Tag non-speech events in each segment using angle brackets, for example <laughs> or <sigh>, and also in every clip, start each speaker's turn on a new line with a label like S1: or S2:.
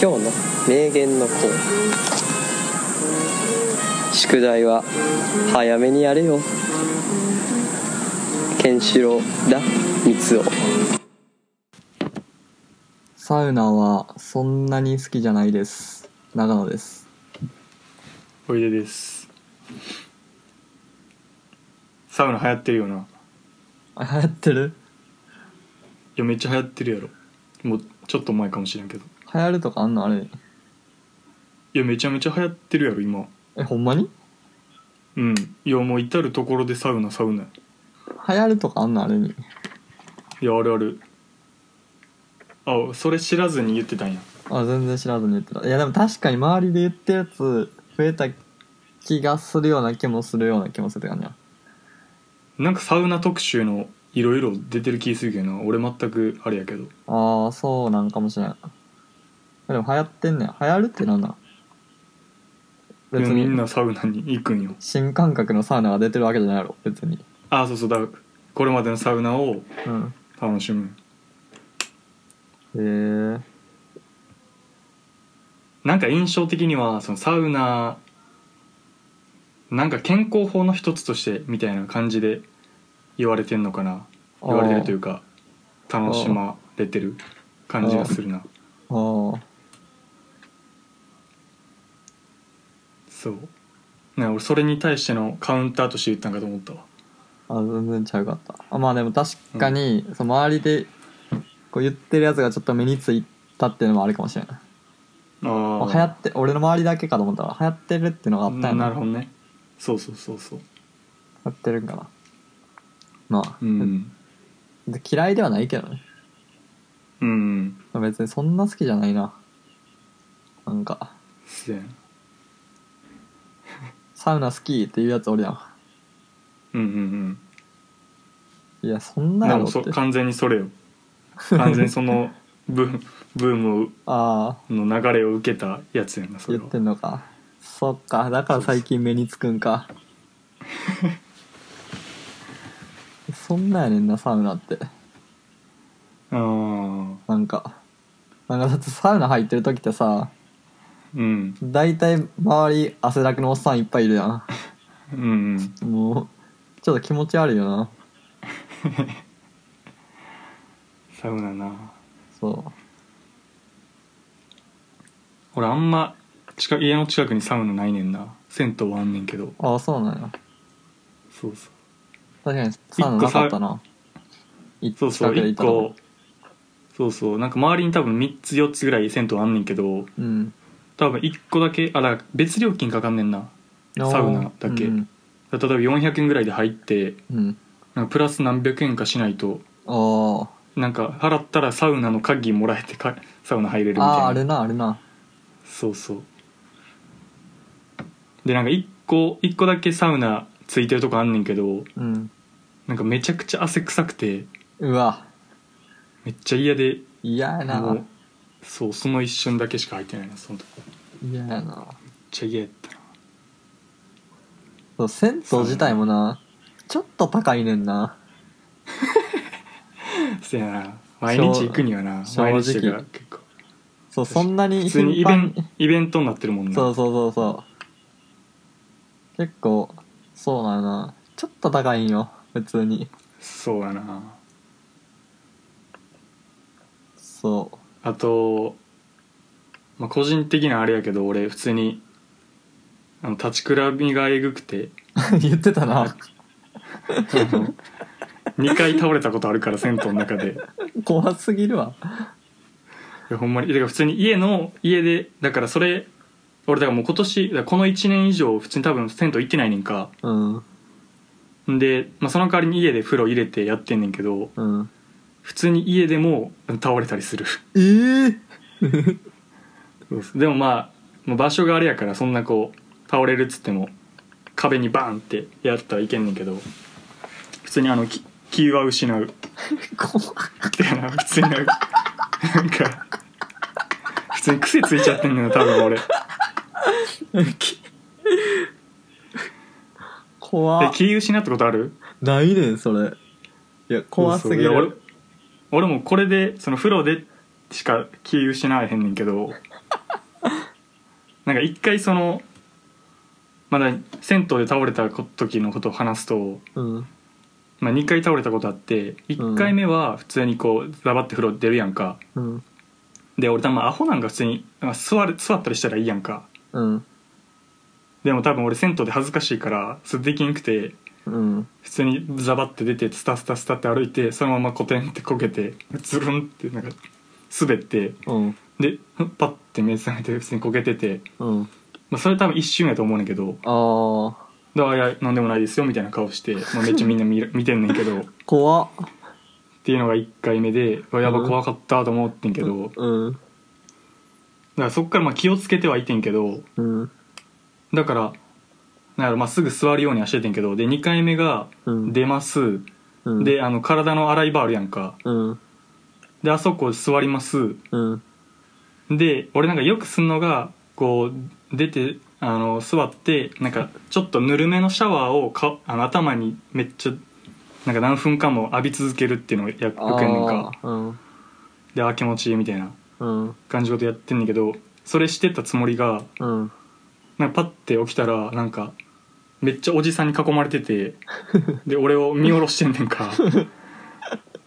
S1: 今日の名言のコーナー宿題は早めにやれよケンシロウだ三つ
S2: サウナはそんなに好きじゃないです長野です
S3: おいでですサウナ流行ってるよない
S2: あ流行ってる
S3: やめっちゃ流行ってるやろもうちょっと前かもしれんけど
S2: 流行るとかあんのあれ
S3: いやめちゃめちゃ流行ってるやろ今
S2: えほんまに
S3: うんいやもう至る所でサウナサウナ
S2: 流行るとかあんのあれに
S3: いやあるあるあそれ知らずに言ってたんや
S2: あ全然知らずに言ってたいやでも確かに周りで言ってるやつ増えた気がするような気もするような気もするって感じや
S3: なんかサウナ特集のいろいろ出てる気するけどな俺全くあれやけど
S2: ああそうなんかもしれんでも流行ってんねん流行るってなんなん
S3: いや
S2: 別
S3: みん
S2: に
S3: なサウナに行くんよ
S2: 新感覚のサウナが出てるわけじゃないやろ別に
S3: あそうそうだこれまでのサウナを
S2: うん
S3: 楽しむ
S2: へえ
S3: なんか印象的にはそのサウナなんか健康法の一つとしてみたいな感じで言われてんのかな言われてるというか楽しまれてる感じがするな
S2: ああ
S3: そうなんか俺それに対してのカウンターとして言ったんかと思ったわ
S2: あ全然ちゃうかったあまあでも確かに、その周りでこう言ってるやつがちょっと目についたっていうのもあるかもしれない、まあ、流行
S3: あ
S2: って俺の周りだけかと思ったら流行ってるっていうのがあ
S3: あ
S2: ったん
S3: な
S2: や
S3: なるほど
S2: 流
S3: ねそうそうそうそう
S2: 行ってるんかなまあ、
S3: うん
S2: で嫌いではないけどね
S3: うん
S2: まあ別にそんな好きじゃないななんか
S3: せやな
S2: サウナ好きっていうやつおるやん
S3: うんうんう
S2: い
S3: ん
S2: やそんな
S3: で
S2: やろ
S3: も
S2: っ
S3: そ
S2: て
S3: 完全にそれよ完全にそのブームブーム
S2: ああ
S3: の流れを受けたやつやなそれ
S2: 言
S3: は
S2: ってんのかそっかだから最近目につくんか <laughs> そんなんやねんなサウナって
S3: あー
S2: なんかなんかだってサウナ入ってる時ってさ
S3: うん
S2: 大体周り汗だくのおっさんいっぱいいるや
S3: うん
S2: んもうちょっと気持ち悪いよな
S3: サウナな
S2: そ
S3: 俺あんま近く家の近くにサウナないねんな銭湯はあんねんけど
S2: うああそうなんや
S3: そうそう
S2: 確かにサウナなかったな一
S3: そうそう
S2: で
S3: 1
S2: たの
S3: 個そうそうなんか周りに多分3つ4つぐらい銭湯あんねんけど
S2: うん
S3: 多分1個だけあだから別料金かかんねんなサウナだけ
S2: うん、
S3: だから例えば400円ぐらいで入って
S2: うん、
S3: なんかプラス何百円かしないと
S2: ああ
S3: なんか払ったらサウナの鍵もらえてかサウナ入れるみたいな
S2: あーあれなあれな
S3: そうそうでなんか一個一個だけサウナついてるとこあんねんけど
S2: うん
S3: なんかめちゃくちゃ汗臭くて
S2: うわ
S3: めっちゃ嫌で
S2: 嫌や
S3: も
S2: な
S3: うそうその一瞬だけしか入ってないなその時めっ
S2: 嫌やな
S3: ちゃ嫌やったな
S2: そう銭湯自体もなちょっと高いねんな
S3: せやな <laughs> 毎日行くにはな
S2: 正直
S3: 毎日が結構
S2: そうそんなに
S3: 普通に
S2: 頻
S3: イベ
S2: 繁
S3: ンイベントになってるもんな
S2: そうそうそうそう結構そうなんやなちょっと高いんよ普通に
S3: そうやな
S2: そ
S3: あと、まあ、個人的なあれやけど俺普通にあの立ちくらみがえぐくて
S2: う <laughs> 言ってたな
S3: <laughs> 2回倒れたことあるから銭湯の中でい
S2: 怖すぎるわ
S3: やほんまにだから普通に家の家でだからそれ俺だからもう今年だからこの1年以上普通に多分銭湯行ってないねんか
S2: うん
S3: んで、まあ、その代わりに家で風呂入れてやってんねんけど
S2: うん
S3: 普通に家でも倒れたりする
S2: ええー、
S3: でもまあもう場所があれやからそんなこう倒れるっつっても壁にバーンってやったらいけんねんけど普通にあのき気は失う
S2: 怖っ
S3: いやな普通になんかなんか普通に癖ついちゃってんのよ多分俺で
S2: 怖っ
S3: 気失ったことある
S2: ないねんそれいや怖すぎ
S3: そうそうい
S2: る
S3: や俺俺もこれでその風呂でしか気失わへんねんけ
S2: <laughs>
S3: どなんか一回そのまだ銭湯で倒れた時のことを話すと、
S2: うん
S3: まあ、2回倒れたことあって1回目は普通にこうザバって風呂出るやんか
S2: うん
S3: で俺多分アホなんか普通にまあ座る座ったりしたらいいやんか
S2: うん
S3: でも多分俺銭湯で恥ずかしいからそれできんくて
S2: うん
S3: 普通にザバって出てスタスタスタって歩いてそのままコテンってこけてズルンってなんか滑って
S2: うん
S3: でパッて目覚めて普通にこけてて、
S2: うん
S3: まあ、それ多分一瞬やと思うねんけど
S2: ああ
S3: 「だからいや何でもないですよ」みたいな顔して、まあ、めっちゃみんな見
S2: <laughs>
S3: る見てんねんけどっ
S2: 怖って
S3: いうのが1回目でうわやば
S2: うん
S3: 怖かったと思ってんけど、だか
S2: うん
S3: らそっからまあ気をつけてはいてんけど
S2: うん
S3: だからなんやろまあすぐ座るようにはしててんけどで2回目が「
S2: うん
S3: 出ます」
S2: うん
S3: であの体の洗い場あるやんか
S2: うん
S3: であそこ座ります
S2: うん
S3: で俺なんかよくすんのがこう出てあの座ってなんかちょっとぬるめのシャワーをかあの頭にめっちゃなんか何分間も浴び続けるっていうのをやよ
S2: あ
S3: くやんねんか
S2: ーうん
S3: であー気持ちいいみたいな
S2: うん
S3: 感じのことやってんねんけどそれしてたつもりが
S2: うん
S3: なんかパッて起きたらなんかめっちゃおじさんに囲まれててで俺を見下ろしてんねんか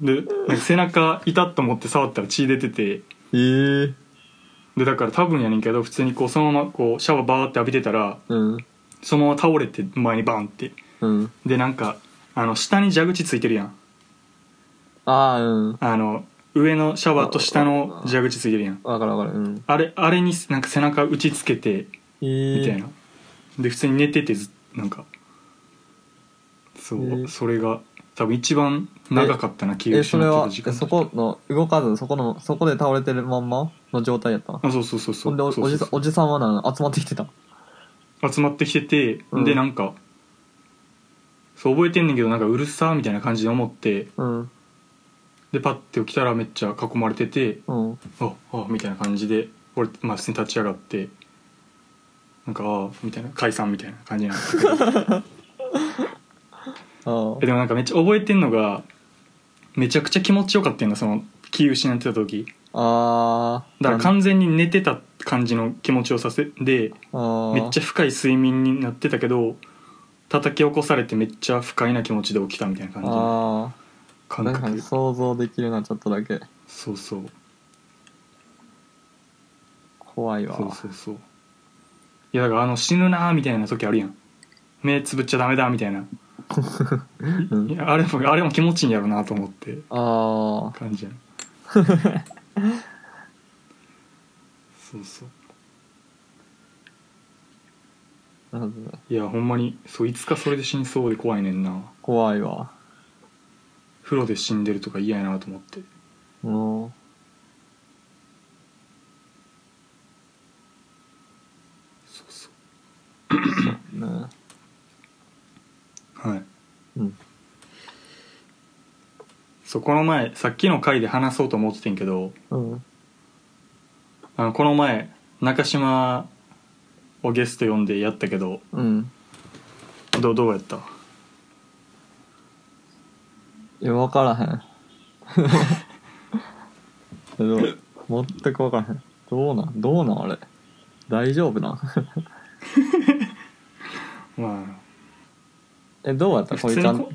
S3: でなんか背中痛っと思って触ったら血出てて
S2: ええ
S3: でだから多分やねんけど普通にこうそのままこうシャワーバーって浴びてたら
S2: うん
S3: そのまま倒れて前にバンって
S2: うん
S3: でなんかあの下に蛇口ついてるやん
S2: ああうん
S3: あの上のシャワーと下の蛇口ついてるやん
S2: わかるわかるうん
S3: あれあれになんか背中打ちつけて
S2: ええ
S3: みたいなで普通に寝ててずなんかそ
S2: えー
S3: うそれが多分一番長かったな気が
S2: え
S3: し
S2: それは
S3: な
S2: え
S3: 時間
S2: そこの動かずそこのそこで倒れてるまんまの状態やったの
S3: あそうそうそうそ
S2: ほ
S3: うん
S2: でお
S3: そうそ
S2: おじさ
S3: う
S2: んおじさんはなん集まってきてたの
S3: 集まってきてて、
S2: うん
S3: でなんかそう覚えてんねんけどなんかうるさーみたいな感じで思って
S2: うん
S3: でパッて起きたらめっちゃ囲まれてて
S2: うん
S3: ああみたいな感じで俺、まあ、普通に立ち上がってなんかああみたいな解散みたいな感じなんですけど
S2: あ
S3: えでもなんかめっちゃ覚えてんのがめちゃくちゃ気持ちよかったんだその気失ってた時
S2: あ
S3: だから
S2: ん
S3: 完全に寝てた感じの気持ちをさせでめっち
S2: ゃ
S3: ゃ深い睡眠になってたけど叩き起こされてめっちゃ不快な気持ちで起きたみたいな感じ
S2: あ
S3: の
S2: あ
S3: 感
S2: なんか
S3: 覚
S2: 想像できるなちょっとだけ
S3: そうそう
S2: 怖いわ
S3: そうそうそういやだからあの死ぬなーみたいな時あるやん目つぶっちゃダメだみたいな、
S2: うん
S3: いやあれもあれも気持ちいいんやろうなと思って
S2: あ
S3: 感
S2: <laughs>
S3: じやんそうそう
S2: あなるほどね
S3: いやほんまにそういつかそれで死にそうで怖いねんな
S2: 怖いわ
S3: 風呂で死んでるとか嫌やなと思って
S2: うん
S3: そうそ
S2: ね
S3: うはい
S2: うん
S3: そうこの前さっきの回で話そうと思っててんけど
S2: うん
S3: あのこの前中島をゲスト呼んでやったけど
S2: うん
S3: どうどうやった
S2: いや分からへん <laughs> けど全く分からへんどうなんどうなんあれ大丈夫なん
S3: ま
S2: えどうやった
S3: 普
S2: こ
S3: 通
S2: い
S3: に
S2: ちゃん
S3: こ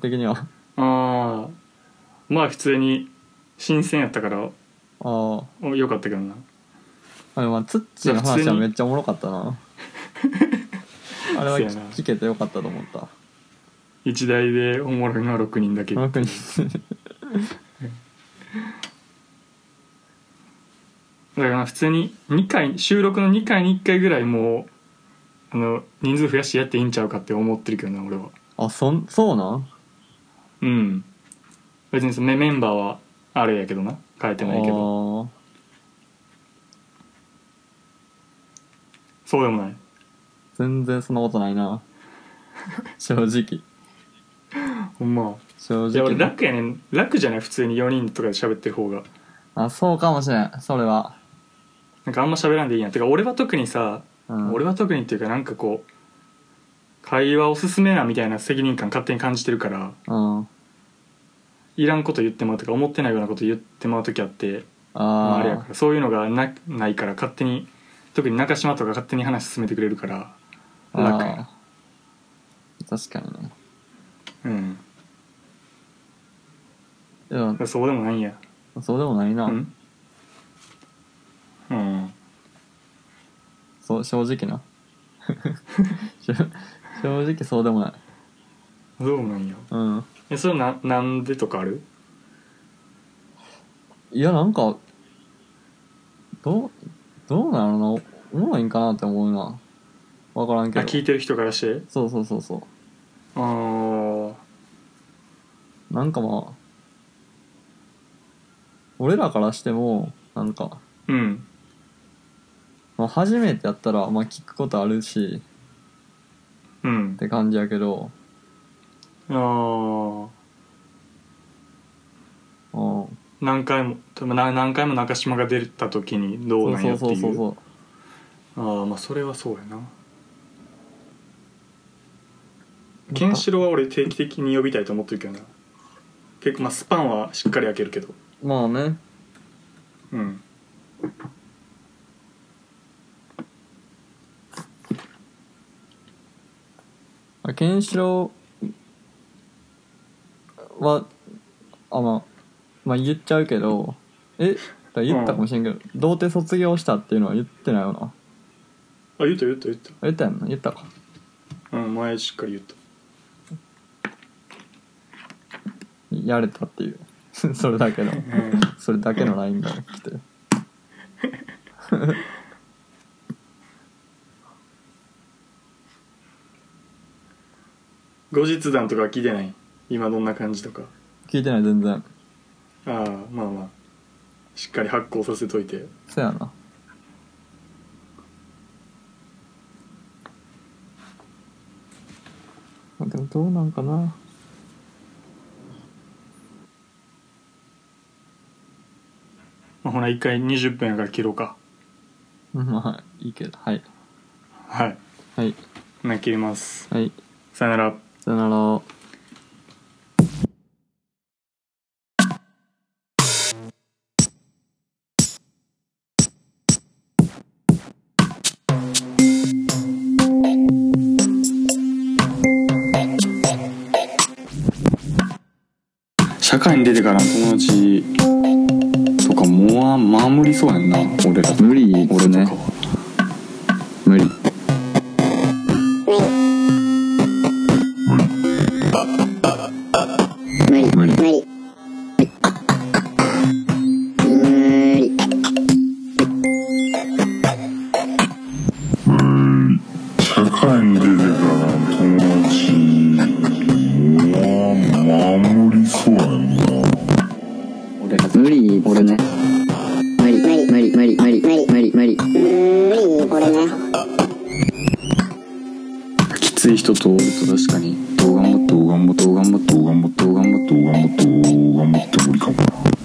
S2: 的には
S3: あああまあ普通に新鮮やったから
S2: あ
S3: およかったけどな
S2: あでもまあツッチーの
S3: いや普
S2: 話
S3: 通
S2: は
S3: に
S2: めっちゃおもろかったなあれは
S3: そうやな
S2: 聞けてよかったと思った
S3: 一台でおもろいのは6人だけ
S2: 特に
S3: だから普通に2回収録の2回に1回ぐらいもうあの人数増やしてやっていいんちゃうかって思ってるけどな俺は
S2: あそんそうなん
S3: うん別にそのメメンバーはあれやけどな変えてないけど
S2: ど
S3: そうでもない
S2: 全然そんなことないな正直
S3: ほんま
S2: 正
S3: いや俺
S2: 直
S3: 楽やねん楽じゃない普通に4人とかで喋ってる方が
S2: あそうかもしれんそれは、
S3: なんかあんま喋らんでいいやんてか俺は特にさ
S2: うん、
S3: 俺は特にっていうかなんかこう会話おすすめなみたいな責任感勝手に感じてるから
S2: うん
S3: いらんこと言ってまうとか思ってないようなこと言ってまう時あってまあ、
S2: あ
S3: あれや
S2: ー
S3: からそういうのがなないから勝手に特に中島とか勝手に話進めてくれるから楽や
S2: あー確かにね
S3: うん
S2: いや
S3: そうでもないんや
S2: そうでもないな、
S3: うんうん
S2: そう正直な <laughs> 正正直そうでもない
S3: そうでもないんや
S2: うん
S3: えそれはななんでとかある
S2: いやなんかどうどうなのなおもろいんかなって思うな分からん
S3: あ
S2: けど
S3: 聞いてる人からして
S2: そうそうそうそ
S3: あー
S2: うなんかまあ俺らからしてもなんか、
S3: うん
S2: まあ、初めてやったらまあ聞くことあるし
S3: うん
S2: って感じやけど
S3: あー
S2: うん
S3: 何回も多分な何回も中島が出た時にどうなんやっていう
S2: そう
S3: ああまあそれはそうやなケンシロウは俺定期的に呼びたいと思ってるけどな結構まあスパンはしっかり開けるけど
S2: まあね
S3: うん
S2: まあケンシロウはあまあまあ言っちゃうけどえ言ったかもしれんけど、童貞卒業したっていうのは言ってないよな
S3: あ言った言った言っ
S2: 言ったやんな言ったか
S3: たうん前しっかり言った
S2: やれたっていう <laughs> それだけの
S3: うん
S2: それだけのラインが来て
S3: 後日談とかは聞いてない今どんな感じとか
S2: 聞いてない全然
S3: ああまあまあしっかり発行させといて
S2: そやなまあでもどうなんかな
S3: まあほな一回20分やから切ろうか
S2: うんまあいいけどはい
S3: はい
S2: はい
S3: ほな切ります
S2: はい
S3: さよなら
S2: さよなら
S3: 社会に出てからの友達とかもうまあ無理そうやんな俺ら
S2: 無理ですね無理
S4: 無理無理無理
S5: 社会に出てからの友達は守りそうやんな
S4: 無理俺ね無理無理無理無理無理無理無理無理俺ね
S3: きつい人とおると確かに
S5: どう頑張ってどう頑張ってどう頑張ってどう頑張ってどう頑張ってどう頑張って無理かもな